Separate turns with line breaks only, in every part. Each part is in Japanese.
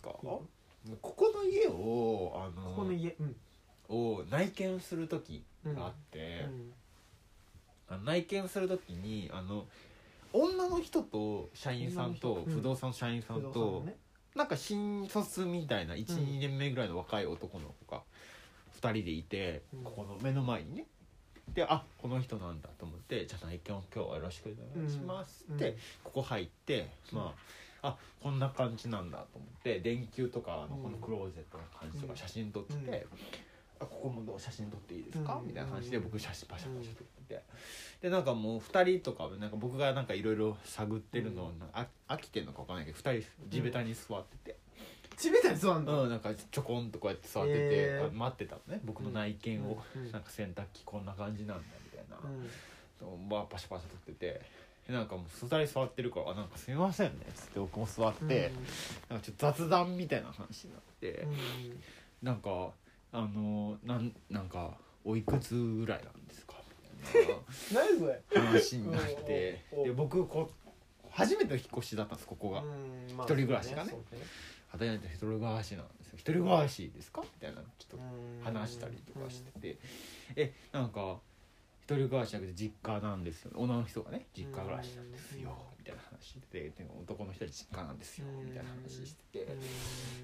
こ
ここの家をあの
ここの家うん
を内見する時
うん
があって
う、ん
あの内見する時にあの女の人と社員さん
女の
と
人うん
不動産の社員さ
不
ん
動産
と
の、ね
なんか新卒みたいな12
う、ん
2年目ぐらいの若い男の子が2人でいて、
うん
ここの目の前にねであこの人なんだと思って「じゃあ内見を今日はよろしくお願いします」って、
うん
ここ入ってまああこんな感じなんだと思って電球とかの
うん
このクローゼットの感じと
う
か
ん
写真撮ってて、
うん
あここもどう写真撮っていいですか、
うん
みたいな感じで
うん
僕写真パシャパシャ撮ってて、でなんかもう2人とかなんか僕がなんかいろいろ探ってるの、
うん
あ飽きてんのか分かんないけど2人地べたに座ってて、
地べたに座
う
ん
ん
の
なんかちょこんとこうやって座ってて、
へー
あ待ってたのね僕の内見を、
うん
なんか洗濯機こんな感じなんだみたいな。
うん
まあパシャパシャ撮っててでなんかもう二人座ってるから「あなんかすみませんね」っつって僕も座って、なんかちょっと雑談みたいな話になって、
うん
なんかあのなんなんかおいくつぐらいなんですかみたい
何それ
な話になって
おうおうおう
で僕こ初めての引っ越しだったんですここが。
うんまあ
一人暮らしがね
そうね
働いて一人暮らしなんですよ一人暮らしですかみたいなちょっと話したりとかしてて、えなんか一人暮らしじゃなくて実家なんですよ女の人がね実家暮らしなんですよ
う
みたいな話しててで男の人は実家なんですよ
う
み
ん
たいな話して
う
て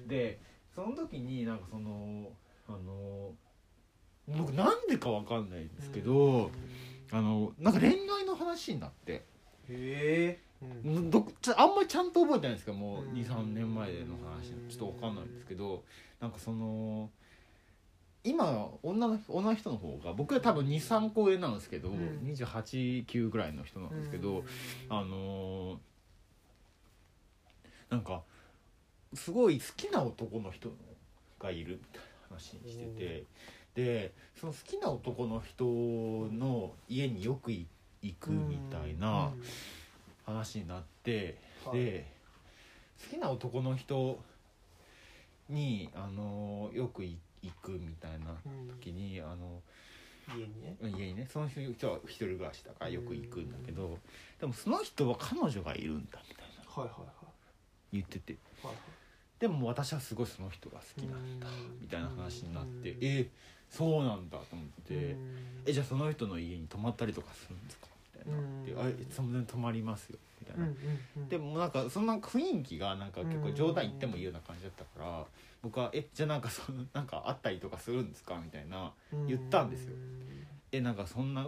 ん
でその時になんかそのあの僕なんでかわかんないんですけ
うん
どあのなんか恋愛の話になって
へえうん
どちょあんまりちゃんと覚えてないんですけどもう
うん
23年前の話なんでちょっとわかんないんですけどなんかその今女の女の人の方が僕は多分23個上なんですけど、
うん
289ぐらいの人なんですけど、
うん
あのーなんかすごい好きな男の人がいるみたいな話にしてて、でその好きな男の人の家によくい行くみたいな話になって、
うんはい
で好きな男の人にあのよくい行くみたいな
うん
時にあの
家にね
家にねその人は一人暮らしだからよく行くんだけど、でもその人は彼女がいるんだみたいな
はいはいは
言ってて
いはい
でも私はすごいその人が好きなんだ
うん
みたいな話になって、
うん
えそうなんだと思って、
うん
えじゃあその人の家に泊まったりとかするんですかみたいなって、
うん
あいつも全然泊まりますよみたいな。
うん
でもなんかそんな雰囲気がなんか結構冗談言ってもいいような感じだったから、僕は「えじゃあなんかそのなんかあったりとかするんですか?」みたいな言ったんですよ「えなんかそんな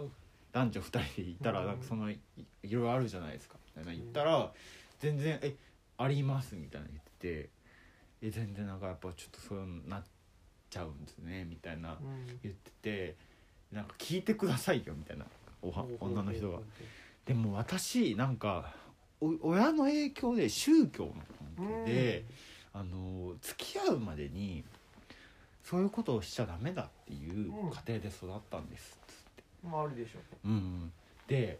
男女2人でいたら
うん
なんかそのいいろいろあるじゃないですか」みたいな言ったら全然「えあります」みたいな言ってて「え全然なんかやっぱちょっとそういうのなっちゃうんですね」みたいな
うん
言ってて「なんか聞いてくださいよ」みたいなおは女の人が。でも私なんかお親の影響で宗教の関係で、あの付き合うまでにそういうことをしちゃダメだっていう
うん
家庭で育ったんです、
うんまああるでしょ
うんうんで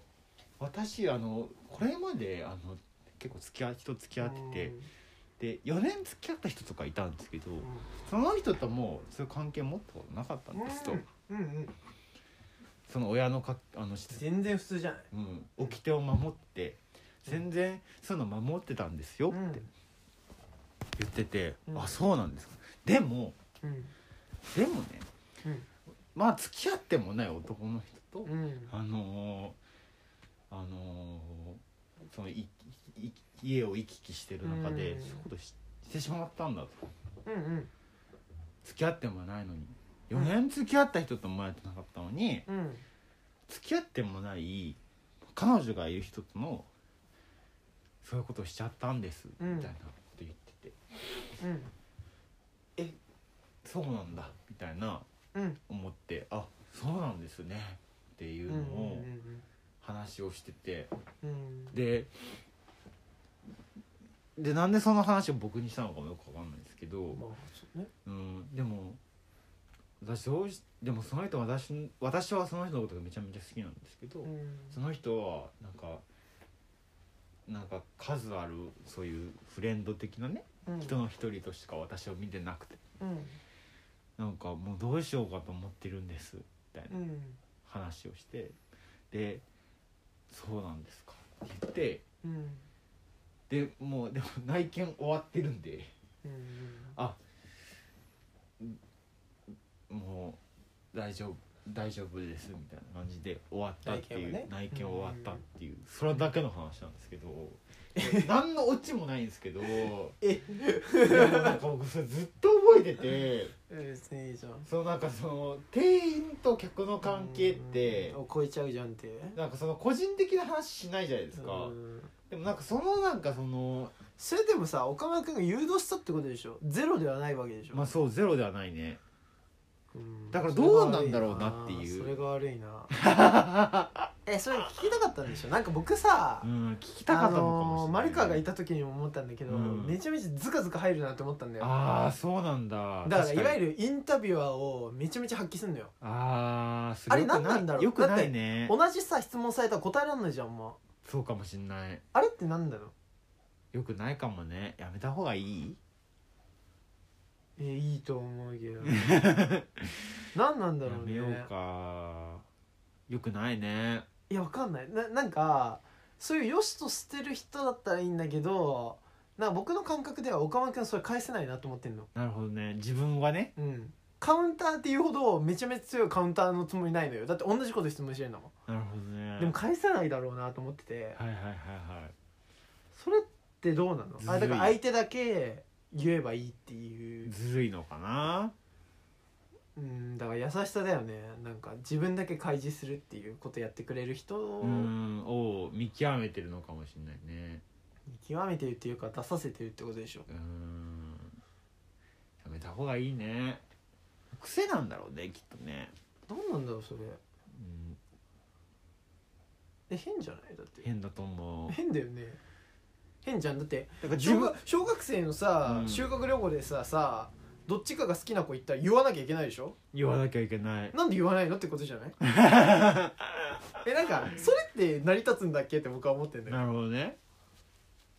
私あのこれまであの結構付き合い人付き合ってて、で4年付き合った人とかいたんですけど、
うん
その人ともそういう関係持ったことなかったんですと、
うんうんうん
その親のかあの
全然普通じゃない
うん、掟を守って
うん
全然そういうの守ってたんですよって言ってて、
うん
あそうなんですかでも
うん
でもね
うん
まあ付き合ってもない男の人と、
うん
あのー、あのー、そのいい家を行き来してる中で、
うん
そういうことししてしまったんだと
うんうん
付き合ってもないのに4年付き合った人ともやってなかったのに、
うん
付き合ってもない彼女がいる人とのそういうことをしちゃったんです、
うん
みたいなこと言ってて
うん
そうなんだみたいな
うん
思ってあそうなんですねっていうのを話をしてて
うんうん
ででなんでその話を僕にしたのかもよくわかんないですけど、
まあそうね
うん、でも私どうしでもその人私私はその人のことがめちゃめちゃ好きなんですけど、
うん
その人はなんかなんか数あるそういうフレンド的なね
うん
人の一人としか私を見てなくて
うん
なんかもうどうしようかと思ってるんですみたいな
うん
話をしてで「そうなんですか」って
うん
言ってでもうでも内見終わってるんで
うん
大丈夫大丈夫ですみたいな感じで終わったっていう
内見はね
内見終わったっていうそれだけの話なんですけど何のオチもないんですけどい
え
やもうなんか僕それずっと覚えてて
え別にいいじゃん
そのなんかその店員と客の関係って
うんを超えちゃうじゃんって
なんかその個人的な話しないじゃないですか
うん
でもなんかそのなんかその
それでもさ岡村君が誘導したってことでしょゼロではないわけでしょ、
まあそうゼロではないね
うん
だからどうなんだろうなっていう
それが悪いな えそれ聞きたかったんでしょなんか僕さ、
うん聞きたかったのかもしれない
あのーマリカがいた時にも思ったんだけど、
うん
めちゃめちゃズカズカ入るなって思ったんだよ
ああそうなんだ
だからいわ
る
ゆるインタビュアーをめちゃめちゃ発揮すんのよ
ああ
あれ何なんだろう
よくないね
同じさ質問されたら答えらんないじゃんもう
そうかもしんない
あれってなんだろう
よくないかもねやめた方がいい
えーいいと思う けど何なんだ
や
ろう
め
ね
ようかよくないね
いやわかんないななんかそういう良しとしてる人だったらいいんだけどなんか僕の感覚では岡間君それ返せないなと思ってんの
なるほどね自分はね
うんカウンターっていうほどめちゃめちゃ強いカウンターのつもりないのよだって同じこと質問してるのもん
なるほどね
でも返さないだろうなと思ってて
はいはいはいはい
それってどうなの
ずるい
あだから相手だけ言えばいいっていう
ずるいのかな
うんだから優しさだよねなんか自分だけ開示するっていうことやってくれる人を
うんを見極めてるのかもしんないね
見極めてるっていうか出させてるってことでしょ
うんやめた方がいいね癖なんだろうねきっとね
どうなんだろうそれ
うん
え変じゃないだって
変だと思う
変だよね変じゃんだって
だから
小学小学生のさ、
うん
修学旅行でささどっちかが好きな子行ったら言わなきゃいけないでしょ
言わなきゃいけない
なんで言わないのってことじゃない えなんかそれって成り立つんだっけって僕は思ってんだよ、
なるほどね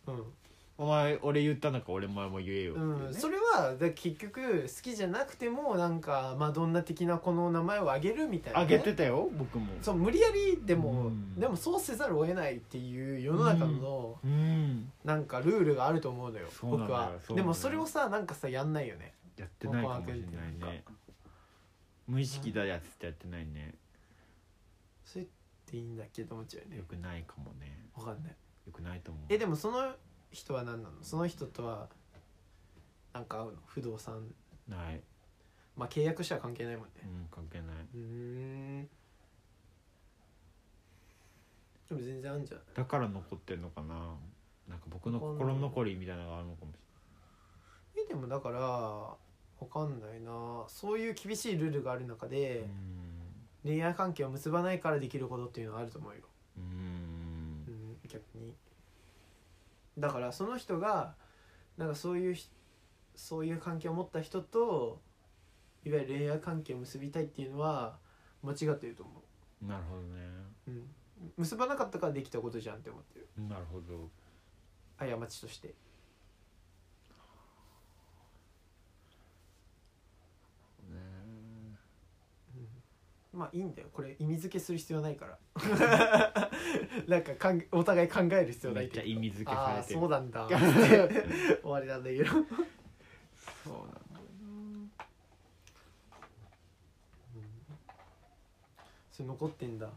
うん
お前俺言ったんだから俺前も言えよっていうね
うん、それはだから結局好きじゃなくてもなんかマドンナ的なこの名前をあげるみたいなね、
あげてたよ僕も
そう無理やりでも、
うん
でもそうせざるを得ないっていう世の中の
うん
なんかルールがあると思うのよ、
そうなんだ
僕
よ
は
そうなんだよ
でもそれをさなんかさやんないよね
やってないかもしれないね無意識だやつってやってないね
それっていいんだっけと思っちゃうよ
よ
ね
くないかもね
わかんない
よくないと思う
えでもその人は何なのその人とはなんか会うの不動産
ない
まあ契約したら関係ないもん
う
ね
ん関係ないう
ーんでも全然あんじゃん
だから残ってんのかななんか僕の心残りみたいなのがあるのかもし
えでもだからわかんないなそういう厳しいルールがある中で、
れない
恋愛関係を結ばないからできることっていうのはあると思うよ、
う
うんん、逆にだからその人がなんかそういうひそういう関係を持った人といわゆる恋愛関係を結びたいっていうのは間違ってると思
うんなるほど
う、うん、結ばなかったからできたことじゃんって思ってる
ねなるほど
過ちとして
ね
まあいいんだよこれ意味付けする必要ないから なんかかんお互い考える必要な
め
い
っ
って
ちゃ
いう
意味付け
あ
さ
あ
れて
ー
る
そうな んだ終わりなんだけど
そうなんだよな
それ残ってんだ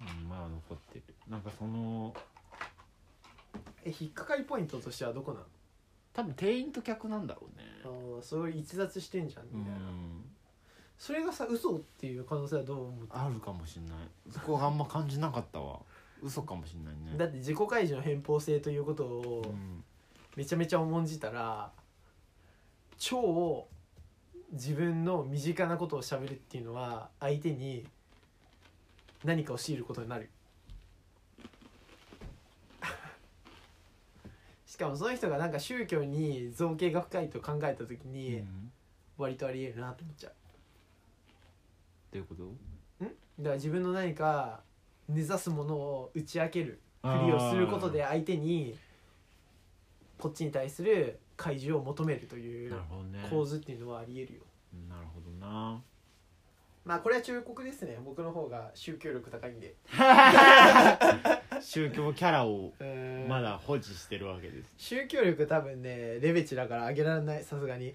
うんまあ残ってるなんかその
え引っかかりポイントとしてはどこなの
多分店員と客なんだろうね
ああそれ逸脱してんじゃん
う
みたいな、
ん
それがさ嘘っていう可能性はどう思って
あるかもしんないそこがあんま感じなかったわ嘘かもしんないね
だって自己開示の偏方性ということ
う
を
ん
めちゃめちゃ重んじたら超自分の身近なことをしゃべるっていうのは相手に何かを強いることになる しかもその人がなんか宗教に造形が深いと考えた時
う
に、
ん
割とありえるなと思っちゃう
どういうこと
だから自分の何か根ざすものを打ち明けるふりをすることで相手にこっちに対する開示を求めると
あ
い
ー
う
なるほどね
構図っていうのはありえるよ
なるほどな
まあこれは忠告ですね僕の方が宗教力高いんで
宗教キャラを
うーん
まだ保持してるわけです
宗教力多分ねレベチだから上げられないさすがに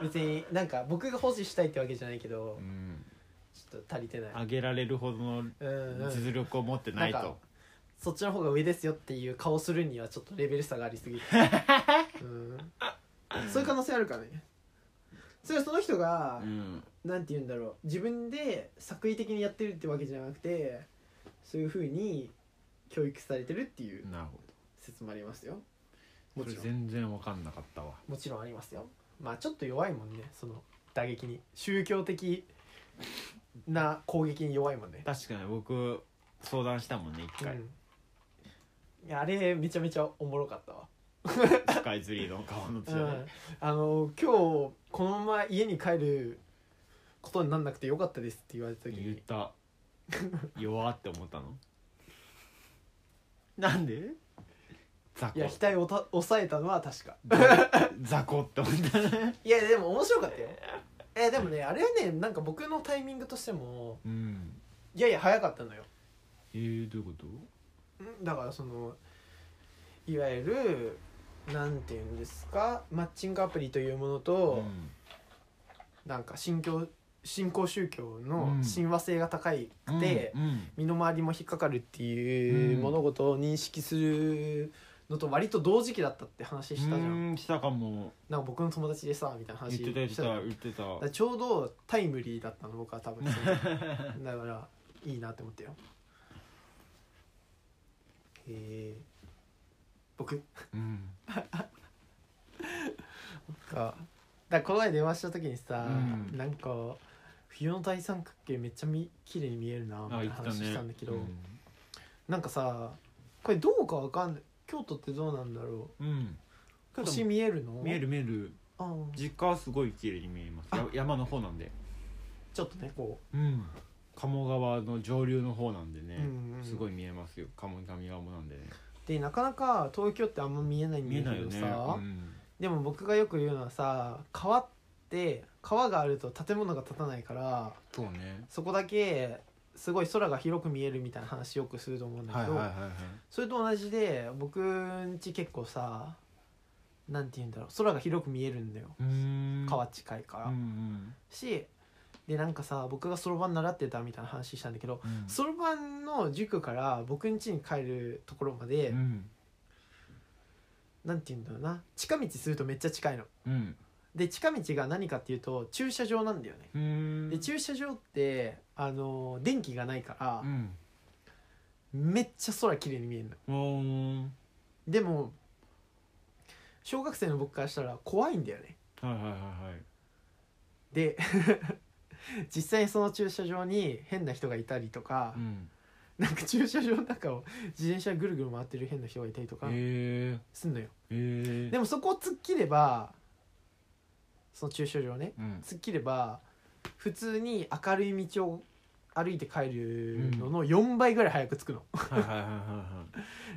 別になんか僕が保持したいってわけじゃないけど
うん
ちょっと足りてない
上げられるほどの
うんうん
実力を持ってない
なん
と
かそっちの方が上ですよっていう顔するにはちょっとレベル差がありすぎる、うん、そういう可能性あるからねそれはその人が
う、ん
なんて言うんだろう自分で作為的にやってるってわけじゃなくてそういうふうに教育されてるっていう
なるほ
説もありますよ
ど
も
それ
ちろん
全然分かんなかったわ
もちろんありますよまあちょっと弱いもんねその打撃に宗教的な攻撃に弱いもんね
確かに僕相談したもんね一回、
うんいやあれめちゃめちゃおもろかったわ、
スカイツリーの顔の
う
強い、
ん、あの今日このまま家に帰ることになんなくてよかったですって言われた時
言っ
に
た弱って思ったのなんで雑
いや
魚
額をた抑えたのは確か
雑魚って思ったね
いやでも面白かったよえでもねあれはねなんか僕のタイミングとしても
うん
いやいや早かったのよ
えー、どういうこと
んだからそのいわゆるなんていうんですかマッチングアプリというものと、なんか信教信仰宗教の
うん
親和性が高い
うん
で
うんうん
身の回りも引っかかるっていう
うん
物事を認識するのと割と同時期だったって話したじゃん、
うんしたかも
なんか僕の友達でさみたいな
言
話
ってた言って
じゃん
た言って た
だからちょうどタイムリーだったの僕は多分そのだからいいなって思ったよへえ僕
うん
かだからこの前電話した時にさ、
うん
なんか冬の大三角形めっちゃみ綺麗に見えるなみ
あ
たい
言
な
ってた
話
ね
したんだけど、
うん
なんかさこれどうかわかんない京都ってどうなんだろ
うん
う星見えるの
見える見える
ああ
実家はすごい綺麗に見えますや山の方なんで
ちょっとねこ
うん鴨川の上流の方なんで
う、
ね、
うんうん
すごい見えますよ鴨上川もなんでね
でなかなか東京ってあんま見えないん
見え
だ
な
け
いよ
ど
ね、
さ、
うん、
でも僕がよく言うのはさ川って川があると建物が建たないから
そうね
そこだけすごい空が広く見えるみたいな話よくすると思うんだ
はい
け
はいは
ど、
いはい
それと同じで僕んち結構さなんて言うんだろう空が広く見えるんだよ
うーん
川近いから、
うんうん
しでなんかさ僕がそろばん習ってたみたいな話したんだけど
うん
そろばんの塾から僕ん家に帰るところまで、
うん
なんて言うんだろうな近道するとめっちゃ近いの
うん
で近道が何かっていうと駐車場なんだよね
うーん
で駐車場ってあの電気がないから
う、ん
めっちゃ空綺麗に見えるの
おー
でも小学生の僕からしたら怖いんだよね
はいはいはいはい
で 実際その駐車場に変な人がいたりとか、
うん
なんか駐車場の中を自転車ぐるぐる回ってる変な人がいたりとか
へ
すんのよ、
えへえ
でもそこを突っ切ればその駐車場ね
うん
突っ切れば普通に明るい道を歩いて帰るのの4倍ぐらい早く着くの、
はいはいはいはいは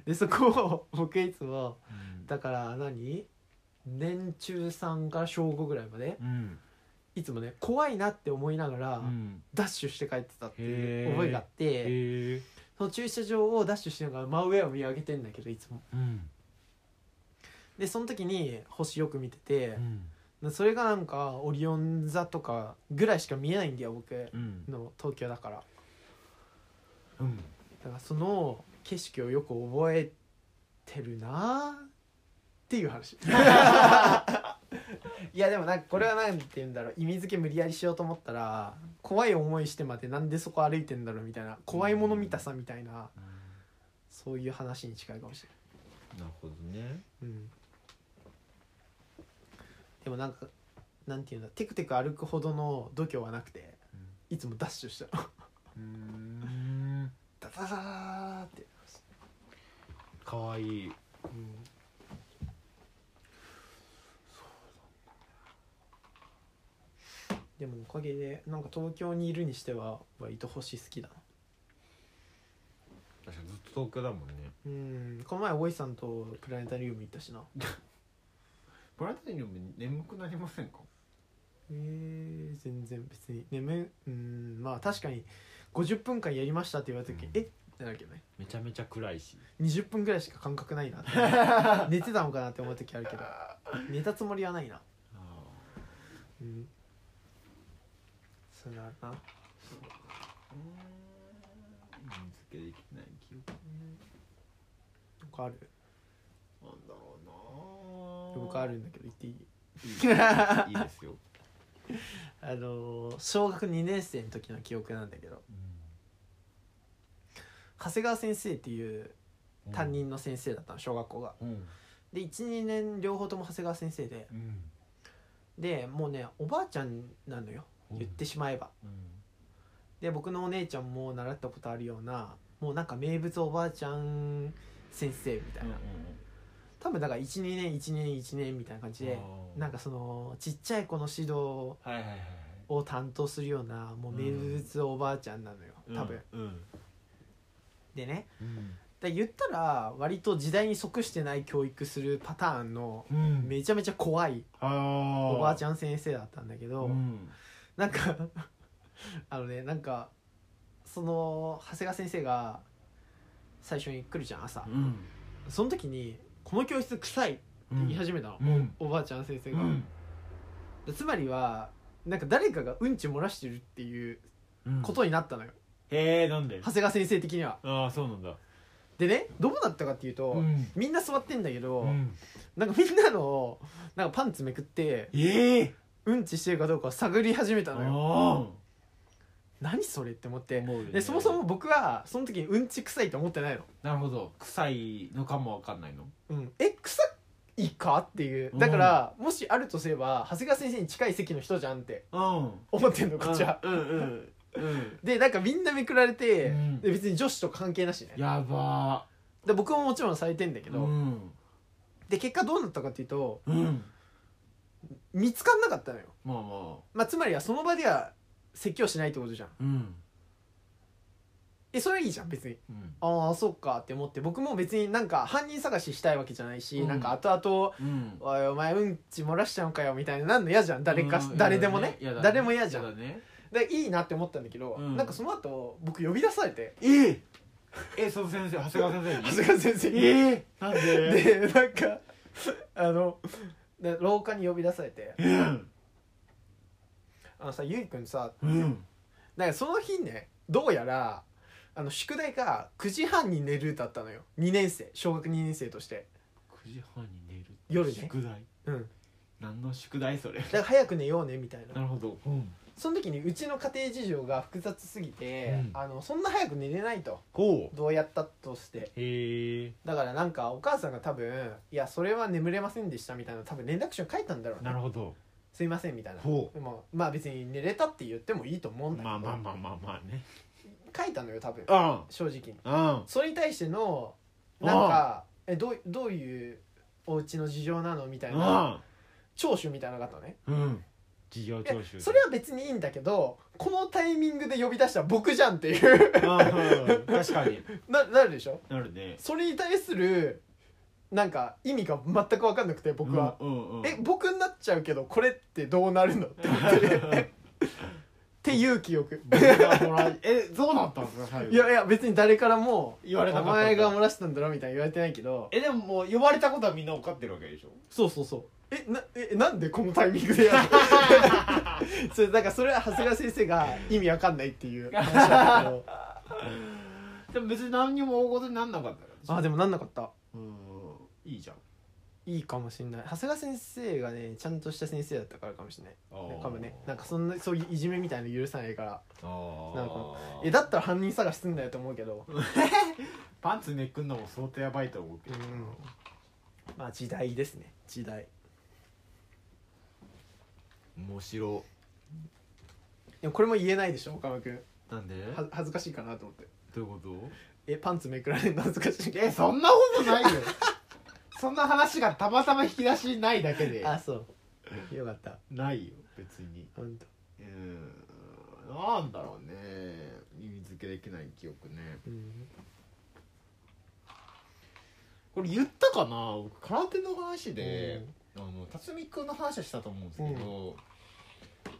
い
でそこを僕いつも
うん
だから何年中さんから小5ぐらいまで
うん
いつもね怖いなって思いながら、
うん
ダッシュして帰ってたってい
へ
う
ー
覚えがあって
へえ
その駐車場をダッシュしながら真上を見上げてんだけどいつも
うん
でその時に星よく見てて
う、ん
それがなんかオリオン座とかぐらいしか見えないんだよ僕
うん
の東京だから
うん
だからその景色をよく覚えてるなっていう話 いやでもなんかこれはなんて言うんだろう意味付け無理やりしようと思ったら怖い思いしてまでなんでそこ歩いてんだろうみたいな怖いもの見たさみたいなそういう話に近いかもしれ
なるほどね
ない、うん、でもなんかなんていうんだテクテク歩くほどの度胸はなくていつもダッシュしたの
うん
ダダダーって、
かわいい
うんでもおかげでなんか東京にいるにしては割と星好きだな
確かにずっと東京だもんね
うんこの前大井さんとプラネタリウム行ったしな
プラネタリウム眠くなりませんか
えー、全然別に眠いうんまあ確かに50分間やりましたって言われた時、
うん
えってなるけどね
めちゃめちゃ暗いし
20分ぐらいしか感覚な いなって寝てたのかなって思う時あるけど寝たつもりはないな
あ
うんそういうのあるな
付けできてない記憶
なんかある
なんだろうな
僕あるんだけど言っていい
いいですよいいですよ、
あのー小学2年生の時の記憶なんだけど長谷川先生っていう
うん
担任の先生だったの小学校が
うん
で12年両方とも長谷川先生で
うん
でもうねおばあちゃんなのよ言ってしまえば
うん
で僕のお姉ちゃんも習ったことあるようなもうなんか名物おばあちゃん先生みたいな、多分だから12年12年1年みたいな感じでなんかそのちっちゃい子の指導
はいはいはいはい
を担当するようなもう名物おばあちゃんなのよ、多分、
うん
でね
うん
だから言ったら割と時代に即してない教育するパターンの
うん
めちゃめちゃ怖い
ああ
おばあち
ゃん
ゃん先生だったんだけど、
うん
なんか あのねなんかその長谷川先生が最初に来るじゃん朝
うん
その時に「この教室臭い」って言い始めたの、
うん
おばあちゃん先生
う
が、
ん
でつまりはなんか誰かがうんち漏らしてるっていう
うん
ことになったのよ、
へえなんで
長谷川先生的には
ああそうなんだ
でねどうなったかっていうと、
ん
みんな座ってんだけど、
うん
なんかみんなのなんかパンツめくって
ええ
うんちしてるかどうかを探り始めたの
あ
よ何それって思っ
あ
て
思うよね
でそもそも僕はその時にうんち臭いと思ってないの
なるほど臭いのかもわかんないの
うん、え臭いかっていうだから、もしあるとすれば長谷川先生に近い席の人じゃんって
うん
思ってんのこっちは、
うんうんうん
でなんかみんなめくられて、
うん
で別に女子と関係なしね
やば
で僕ももちろんされてんだけ
ー
ど、
うん
で結果どうなったかっていうと
うん
見つかんなかったのよ、
まあま
まあ、つまりはその場では説教しないってことじゃん
あうん
えそれはいいじゃん別に
うん
ああそっかって思って僕も別になんか犯人探ししたいわけじゃないし、
うん
なんか後
うん
々「おいお前うんち漏らしちゃうんかよ」みたいななんの嫌じゃん誰か、誰でもね誰も嫌じゃん
だね
でいいなって思ったんだけど、
うん
なんかその後僕呼び出されて
えええその先生長谷川先生
長谷
に
川先生に、
ええなんで
でなんかあので廊下に呼び出されて
うん
あのさゆいくんさ
うん
なんかその日ねどうやらあの宿題が9時半に寝るだったのよ2年生小学2年生として
9時半に寝る
夜ね
宿題
うん
何の宿題それ
だから早く寝ようねみたい
な
な
るほどうん
その時にうちの家庭事情が複雑すぎて、
うん
あのそんな早く寝れないと
ほう
どうやったとして
へえ
だからなんかお母さんが多分「いやそれは眠れませんでした」みたいな多分連絡書に書いたんだろうね
なるほど
すいませんみたいな
ほ
でもまあ別に寝れたって言ってもいいと思う
うん
だけど、
まあまあまあまあまあね
書いたのよ多分
う
正直に
んうん
それに対してのなんかえどうどういうお家の事情なのみたいな聴取みたいなのがあったのね
うん事情
いや
聴取
それは別にいいんだけどこのタイミングで呼び出した僕じゃんっていう
う ん確かに
ななるでしょ
なるね
それに対するなんか意味が全く分かんなくて僕は、
うんうんうん
え僕になっちゃうけどこれってどうなるのって思ってるっていう記憶
僕がもらいえどうなったんですか最後
いやいや別に誰からも
言われなかった
お前が漏らしたんだろみたいな言われてないけど
えでももう呼ばれたことはみんな分かってるわけでしょ
そうそうそうえなえなんでこのタイミングでやる それだからそれは長谷川先生が意味わかんないって いう話だったけど
でも別に何にも大事になんなかったから
あでもなんなかった
うんいいじゃん
いいかもしんない長谷川先生がねちゃんとした先生だったからかもしれないかもねなんかそんなそういういじめみたいの許さないからなんかえだったら犯人探しすんだよと思うけど
パンツめくんのも相当やばいと思うけど
うんまあ時代ですね時代
面白
でもこれも言えないでしょ岡村君
なんで
は恥ずかしいかなと思って
どういうこと
えパンツめくられるの恥ずかしい
えそんなことないよ そんな話がたまたま引き出しないだけで
あそうよかった
ないよ別に
本当
うんなんだろうね意味付けできない記憶ね
うん
これ言ったかな僕空手の話で、あの辰巳君の話はしたと思うんですけど、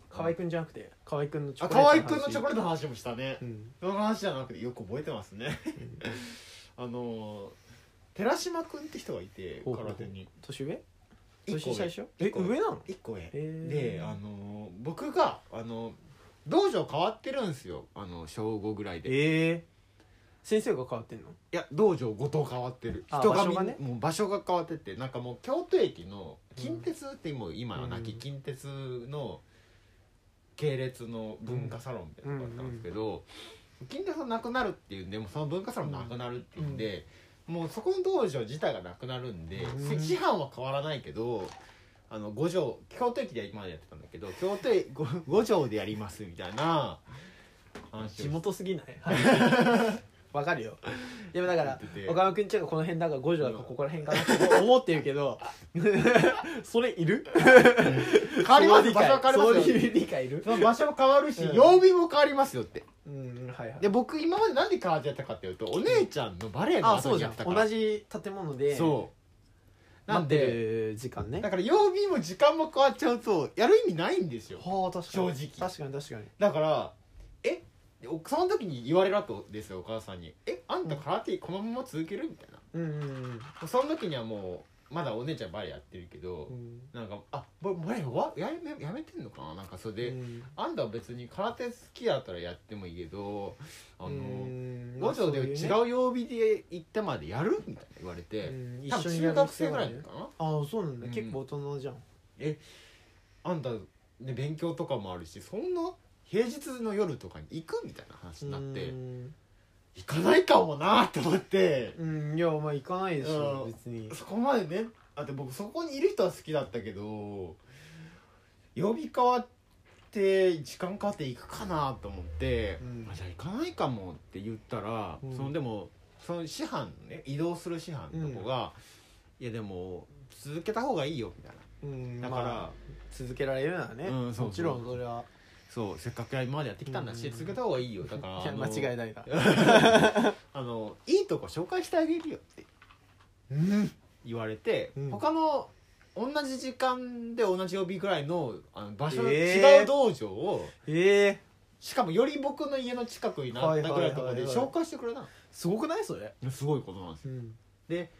河合くんじゃなくて河合くんのチ
あ
ョコ
河
レ
合
ート
君のチョコレー
ー
トの話もしたね、
うん
その話じゃなくてよく覚えてますねあの寺島君って人がいて
ほうほうほう
空手に
年上
一個
年下
上
でしょえ
一個
上なの
一個上
え
であの僕があの道場変わってるんですよあの小5ぐらいでい
ええ先生が変わってんの
や道場ごと変わってる
あ
人
場所
みん
がね
もう場所が変わっててなんかもう京都駅の近鉄ってもう今はなき
うん
近鉄の系列の文化サロンみたいなのがあったんですけど近鉄がなくなるっていうんでもうその文化サロンなくなるっていうんでもうそこの道場自体がなくなるんで
うん
師範は変わらないけどあの五条京都駅で今までやってたんだけど京都駅五五条でやりますみたいな話
地
を
元 すぎないわかるよでもだから
言ってて
岡山君ちがこの辺だから五条だからここら辺かなって思ってるけ どそれいる
変わります場所は変わります
そう
よ
いう理解いる
その場所も変わるし
うん
曜日も変わりますよって
うんはいはい
で僕今までなんで変わっちゃったかっていうとお姉ちゃんのバレエの
あ
後
そう
に
じ
や
ゃん
ったから
同じ建物で
そうな
待
ん
って
で
る時間ね
だから曜日も時間も変わっちゃうとやる意味ないんですよ
はあ確かに
正直
確かに確かに
だからえおその時に言われるわけですよお母さんに「えあんた空手このまま続ける?」みたいな
うんうん
その時にはもうまだお姉ちゃんバレエやってるけど、
うん
なんか「あバレエわやめやめてんのかな?」なんかそれで、
うん
あんたは別に空手好きやったらやってもいいけどあの、
うん
五条で
まあ
違
そう
曜日で行ってまでやるみたいな言われて、
うね
多分
うん一緒に
中
やる
学
必要
生ぐ
があ
らい
るね
かな
ああそうなんだ
うん
結構大人じゃん
あんた、ね、勉強とかもあるしそんな平日の夜とかに行くみたいな話になって、
うん
行かないかもなって思って、
うんいやまあ行かないでしょ
うん
別に
そこまでねあって僕そこにいる人は好きだったけど呼び変わって時間変わって行くかなと思って、
うん
あじゃあ行かないかもって言ったら、
うん
そのでもその師範ね移動する師範の子が、いやでも続けた方がいいよみたい
うん
なだから、
まあ続けられるならね
うんそうそう
もちろんそれは
そうせっかく今までやってきたんだし、
うん
続けた方がいいよだから
い
あ
や
の
間違いないな
あのいいとこ紹介してあげるよって
うん
言われて、
うん
他の同じ時間で同じ曜日ぐらいのあの場所の
えー
違う道場を、
ええ
しかもより僕の家の近くになったぐらいのところ
はいはい
で
はいはい
紹介してくれたの、
すごくないそれ
すごいことなんですよ
うん
で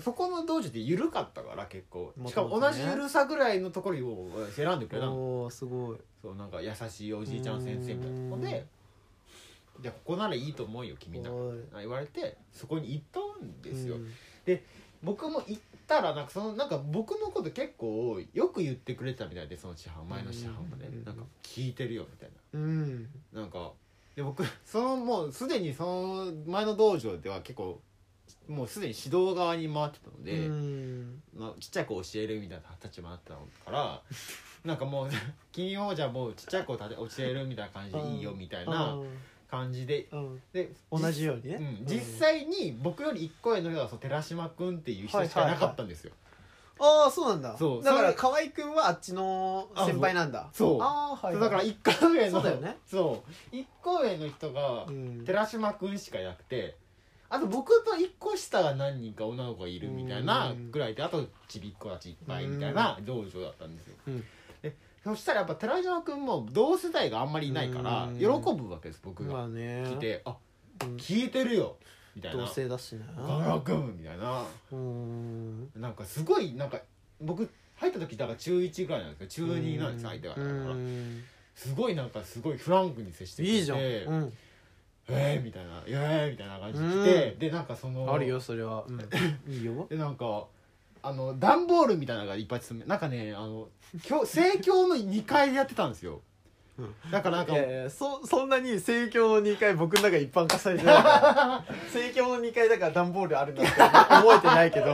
そこの道場って緩かったから結構
も
し
と
か
もと
も
ね
同じ緩さぐらいのところを選んでくれたの
おーすごい
そうなんか優しいおじいちゃん先生みたいな
う
ほ
ん
んで「じゃあここならいいと思うよ君なんか
おい
言われてそこに行ったんですよ、
うん
僕も行ったらなんかそのなんか僕のこと結構よく言ってくれてたみたいでその師範前の師範もね
うん
なんか聞いてるよみたい
うん
ななんかで僕そのもうすでにその前の道場では結構もうすでに指導側に回ってたので、
うん
まあ、ちっちゃい子を教えるみたいな立場だったのから なんかもう君をじゃあもうちっちゃい子をたて教えるみたいな感じでいいよみたいな感じで
うんうん
で
同じようにね
うん、実際に僕より1個上の人はそう寺島君っていう人しかいなかったんですよ、
ああそうなんだ
そう
だから
それ
河合くんはあっちの先輩なんだ
そうそう
ああはい
そうだから1個上の
そうだよね
そう1個上の人が
うん
寺島君しかいなくてあと僕と1個下が何人か女の子がいるみたいな
うん
ぐらいであとちびっ子たちいっぱいみたいな道場だったんですよ、
うん
でそしたらやっぱ寺島君も同世代があんまりいないから
うん
喜ぶわけです僕
ま
が
あね
来て「あ
うん
聞いてるよ」みたい
同
な
性だしね
「岡村君」みたいな
うん
なんかすごいなんか僕入った時だから中1ぐらいなんですけど中2なんです相手がだ
う
から
ん
すごいなんかすごいフランクに接してくれて
いいじゃんうん
えー、みたいな「イエーイ!」みたいな感じで来て、
うん
でなんかその
あるよそれはうん いいよ
でなんかあの段ボールみたいなのがいっぱい詰めなんかねあの教 生協の2階でやってたんですよ、
うん
だからなんか、
いやいやそそんなに盛況の2階僕の中一般化されてないから 盛況の2階だから段ボールあるんだって覚えてない けど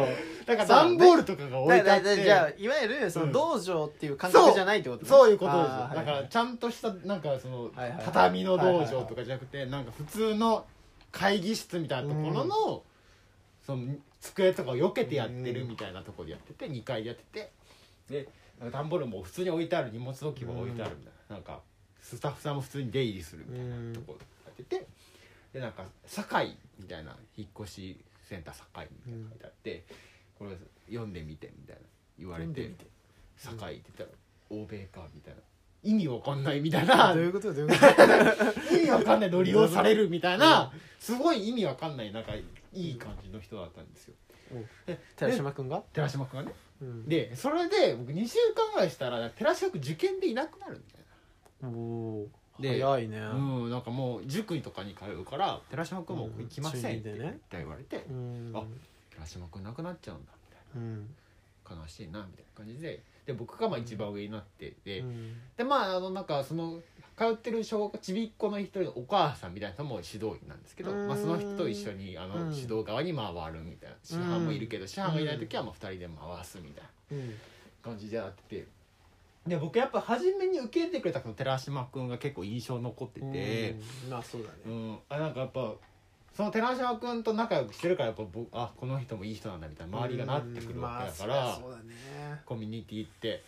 だから段ボールとかが置い
だ
てあ
だ
っ
だ
て
じゃあいわゆるその道場っていう感覚じゃないってことね
そういうことですよ、
あーはい
だからちゃんとしたなんかその、
はいはい
畳の道場とかじゃなくて、なんか普通の会議室みたいなところの,、その机とかを避けてやってるみたいなところでやってて、2階でやっててでなんか段ボールも普通に置いてある荷物置き場置いてあるみたいな,、なんかスタッフさんも普通に出入りするみたい なところやってて、でなんか堺みたいな引っ越しセンター堺みたいなの書いてあって、これ読んでみてみたいな言われ
読んで
て
みて
堺って言ったら欧米かみたいな意味わかんないみたいな
どういうことどういう こと
意味わかんない乗りをされるみたいなすごい意味わかんないなんかいい感じの人だったんですよ
え寺島君が、
寺島君がね
うん、
でそれで僕2週間ぐらいしたら寺島君受験でいなくなるみたい
おお
で
早いね、
な、うんなんかもう塾とかに通うから寺島君もう行きませんって言った言われて、
うん
あ寺島君なくなっちゃうんだみたい
うん
な悲しいなみたいな感じでで僕がまあ一番上になってで、
うん
でまああのなんかその通ってる小学ちびっ子の一人のお母さんみたいな人も指導員なんですけど、
うん
まあ、その人と一緒にあの
うん
指導側に回るみたいな師範もいるけど師範がいない時はまあ2人で回すみたいな
うん
感じでやっててで僕やっぱ初めに受け入れてくれたこの寺島君が結構印象残ってて、
うんまあそうだ
うん
ね
あなんかやっぱその寺島君と仲良くしてるからやっぱ僕あこの人もいい人なんだみたいな周りがなってくるわけだから、
うんまあ、そうだね
コミュニティって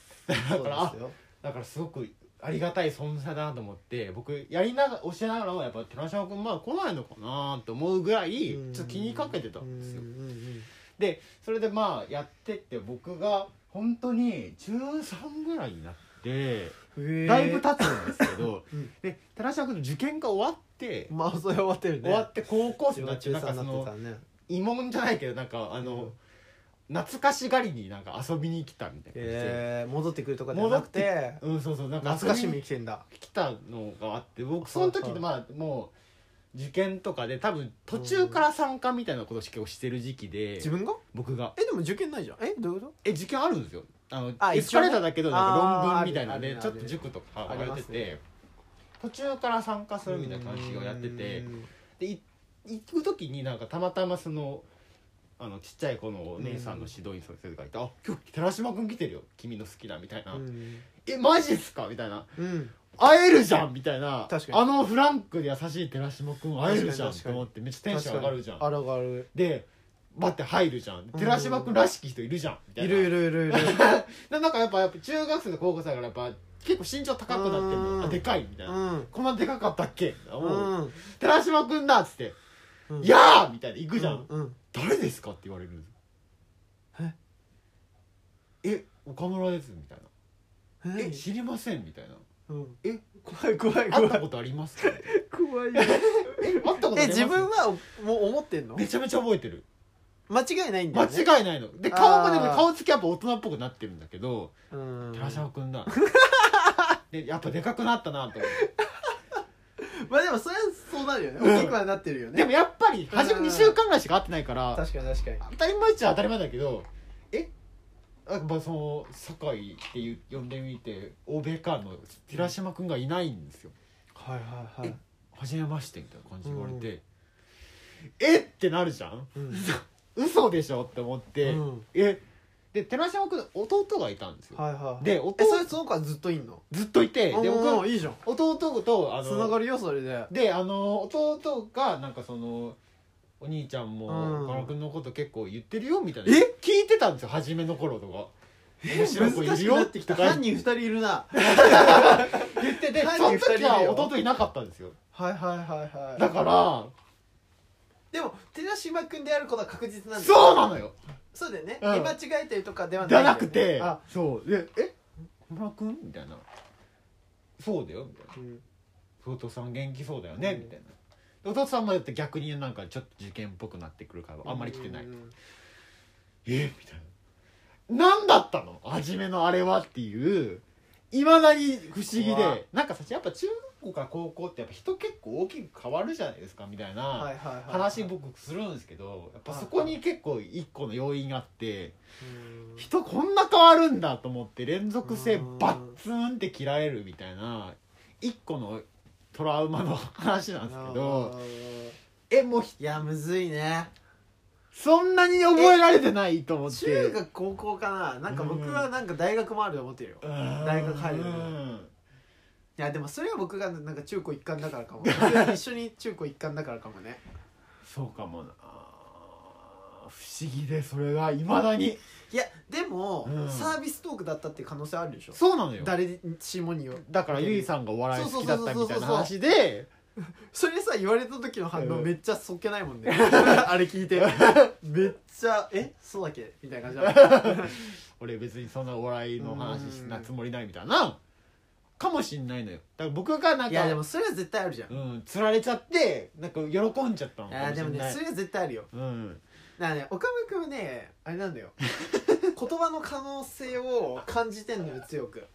そう
から
ですよ
だからすごくありがたい存在だなと思って僕やりながら教えながらもやっぱ寺島君まあ来ないのかなと思うぐらいちょっと気にかけてたんですよ
う。んうん
でそれでまあやってって僕が本当に中3ぐらいになって
うん
だいぶ
た
経つんですけど、
うん
で寺島君の受験が終わって、
まあそれ終わってるね
終わって高校生にな
今
って
中
なんか
3
そ
になってた
の
ね
慰問じゃないけどなんかあの、懐かしがりになんか遊びに来たみたいな感じで、
えー、戻ってくるとかじゃなくて
うんそうそうなんか遊びに
懐かしみに来てんだ
来たのがあって僕その時
はいはい
まあもう受験とかで多分途中から参加みたいなことを結構してる時期で
自分が
僕が
えでも受験ないじゃんえどういうこ
え受験あるんですよあの
あ
エスカレー
一
タ
応
ー
ね
だけどなん
あ
か
ー
論文みたいな
あ
の
る
で
ねあ
ちょ
るね
っと塾とか言われて
あり
て、途中から参加す
と
るみたいな感じをやってて
うん
でい行く時になんかたまたまその。あのちっちゃい子のお姉さんの指導員先生がいて「あ今日寺島君来てるよ君の好きだ」みたいな「
うん
えマジっすか?」みたいな
うん
会えるじゃんみたいな
確かに
あのフランクで優しい寺島君会えるじゃんと
確かに確かに
思ってめっちゃテンション上がるじゃん
あらがる
で待って入るじゃん寺島君らしき人いるじゃんみた
い
いな
るいるいるいる
でなんかやっぱやっぱ中学生の高校生だからやっぱ結構身長高くなってる
うん
のあでかいみたいうなんこんなでかかったっけもう
うん
寺島君だっつって
う
「
ん
やあ!」みたいな行くじゃん
うん
「誰ですか?」って言われるんです
え
え岡村です」みたいな「
え
え知りません」みたいな
うん
「え
怖い怖
会
い
っ
怖
た
い
ことありますか?」
怖い
え会ったことあります
え自分はもう思ってんの
めちゃめちゃ覚えてる
間違いないんだ
間
よね
違いないので顔がでも
あー
顔つきやっぱ大人っぽくなってるんだけど
うん
寺島君 だでやっぱでかくなったなと思って
まあでもそれはそうなるよね
うん
大きくはなってるよね
でもやっぱり初め2週間ぐらいしか会ってないから
確かに確かに
当たり前っちゃ当たり前だけどえやっぱその酒井っていう呼んでみて欧米かの寺島君がいないんですよ
はいはいはい
初めましてみたいな感じで言われて、えってなるじゃん
うん
嘘でしょって思って、
うん
えで寺島君の弟がいたんですよ、
はいはい
で弟
えそれその子はずっといんの
ずっといてで
で
僕
もいいじゃん
弟とあ
つな
の
がるよそれで
であの弟がなんかそのお兄ちゃんも
うん
岡野君のこと結構言ってるよみたいな
え
聞いてたんですよ初めの頃とか面白い子いる
難しくな
よ
ってきた
とか
犯人二人いるな
言っててそ
犯人
の
二人い
時
るよ
は弟いなかったんですよ
はいはいはいはい
だから
でも寺島君であることは確実なんだ
そうなのよ
そうだよね
うん
見間違えてるとかではない
じ
よ
ゃ
ね
なくて
あ
そうでえ岡村君みたいなそうだよみたいな
うん
弟さん元気そうだよね
うん
みたいなで弟さんもだって逆になんかちょっと受験っぽくなってくるからあんまり来てない
うん
えみたいな何だったの初めのあれはっていういまだに不思議
うわ
でなんかさやっぱ中学校から高校ってやっぱ人結構大きく変わるじゃないですかみたい
は
ない
はいはい
話僕するんですけどやっぱそこに結構一個の要因があって
うん
人こんな変わるんだと思って連続性
うん
バッツンって切られるみたいな一個のトラウマの話なんですけど
あー
えもうひ
いやむずいね
そんなに覚えられてないと思って
中学高校かななんか僕はなんか大学もあると思ってるよい大学入る
うん
やでもそれは僕がなんか中高一貫だから かもそれは一緒に中高一貫だからかもね
そうかもなあー不思議でそれがいまだに
いやでも、
うん
サービストークだったっていう可能性あるでしょ
そうなのよ
誰しもによ
だからゆいさんがお笑い好きだったみたいな
そうそうそう
話で
それさ言われた時の反応
うん
めっちゃそっけない もんねあれ聞いて めっちゃ「えそうだっけ?」みたいな 感じだもん
俺別にそんなお笑いの話し
うん
なつもりないみたいなかもしんないのよだから僕がなん
いやで
か
もそれは絶対あるじゃん、
うんつられちゃってなんか喜んじゃったの
いや
かもし
でも
ん
ね
ない
それは絶対あるよ
うん
だからね岡村君はねあれな んだよ言葉の可能性を感じてんのよ強く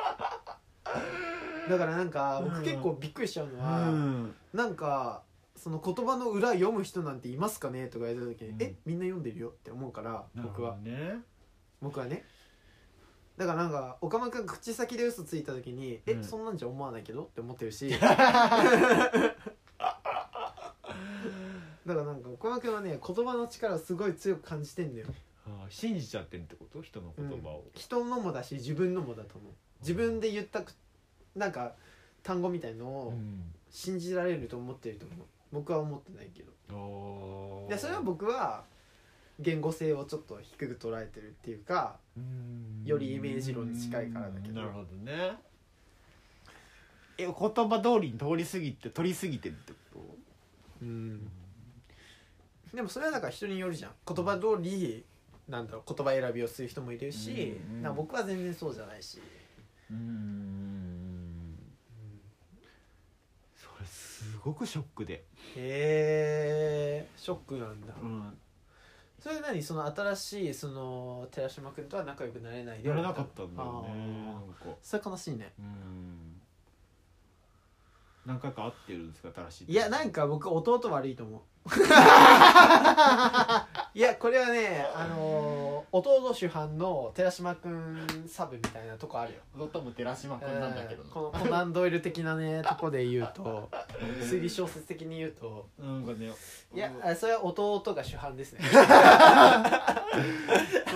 だからなんか
う
僕
ん
結構びっくりしちゃうの
う
は、
ん
なんかその言葉の裏読む人なんていますかねとか言われた時に、
うん
えみんな読んでるよって思うから僕は
なる
僕はねだからなんか岡間君口先で嘘ついた時に、
う
え
ん
そんなんじゃ思わないけどって思って るしだからなんか岡間君はね言葉の力をすごい強く感じてんだよ
ほどねあー信じちゃってるってこと人の言葉を、
人のもだし自分のもだと思う自分で言ったくなんか単語みたいの
う
を
ん
信じられると思ってると思う僕は思ってないけど
おー
でそれは僕は言語性をちょっと低く捉えてるっていうか
うん
よりイメージ論に近いからだけど
なるほどねえ言葉通りに通り過ぎて取り過ぎてるってこ
うんでもそれはだから人によるじゃん言葉通りなんだろう言葉選びをする人もいるし、
うんうん
なんか僕は全然そうじゃないし、
とうんそれすごくショックで、
へえショックなんだ、
ん、
それ何その新しいその寺島君とは仲良くなれないで
やらなかったんだよねな
あー
んか
それ悲しいね
うん何回か会ってるんですか新しい
いやなん
か
か僕弟悪いと思う いやこれはねあのー弟主犯の寺島君サブみたいなとこあるよ
弟も寺島君なんだけど
うん
な
このコナンドイル的な ねとこで言うと推理小説的に言うと
なんかね
いやあそれは弟が主犯ですね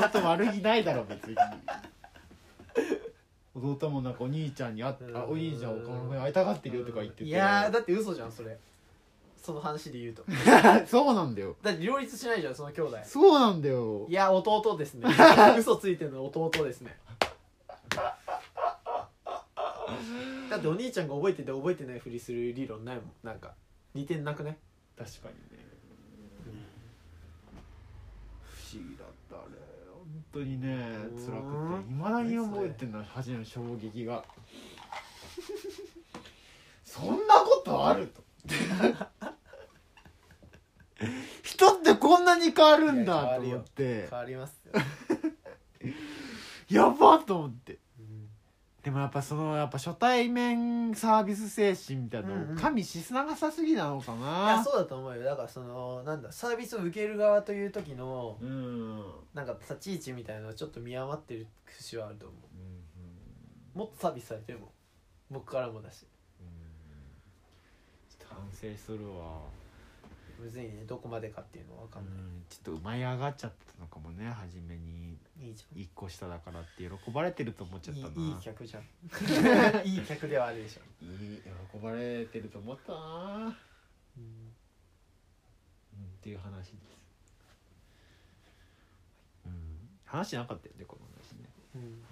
弟悪気ないだろ別に弟もなんかお兄ちゃんに会っ
うん
あお兄ちゃんお母さんに会いたがってるよとか言ってて
いやーだって嘘じゃんそれその話で言うと
そうなんだよ
だって両立しないじゃんその兄弟
そうなんだよ
いや弟で すね嘘ついてるの弟ですねだってお兄ちゃんが覚えてて覚えてないふりする理論ないもんなんか似てんなくね
確かにね不思議だったあれ本当にね辛くていまだに覚えてるの初めの衝撃 がそんなことあると 人ってこんなに変わるん
いや
だと
変わるよ
思って
変わりますよ、
やばっと思ってでもやっぱそのやっぱ初対面サービス精神みたいな
うんう
の
ん
を加味しすなさすぎなのか
いや
な、
そうだと思うよだからそのなんだサービスを受ける側という時の
うんうん
なんか立ち位置みたいなのはちょっと見余ってる節はあると思うもっとサービスされてるもん僕からもだし
ちょっと反省するわ、
むずいねどこまでかっていうのは分かんな
うんちょっと舞い上がっちゃったのかもね初めに
い、いいじゃん
一個下だからって喜ばれてると思っちゃったない
いいい客じゃん いい客ではあるでしょ、
いい喜ばれてると思ったな、うん、っていう話です、うん、話なかったよねこの話ね
うん
うん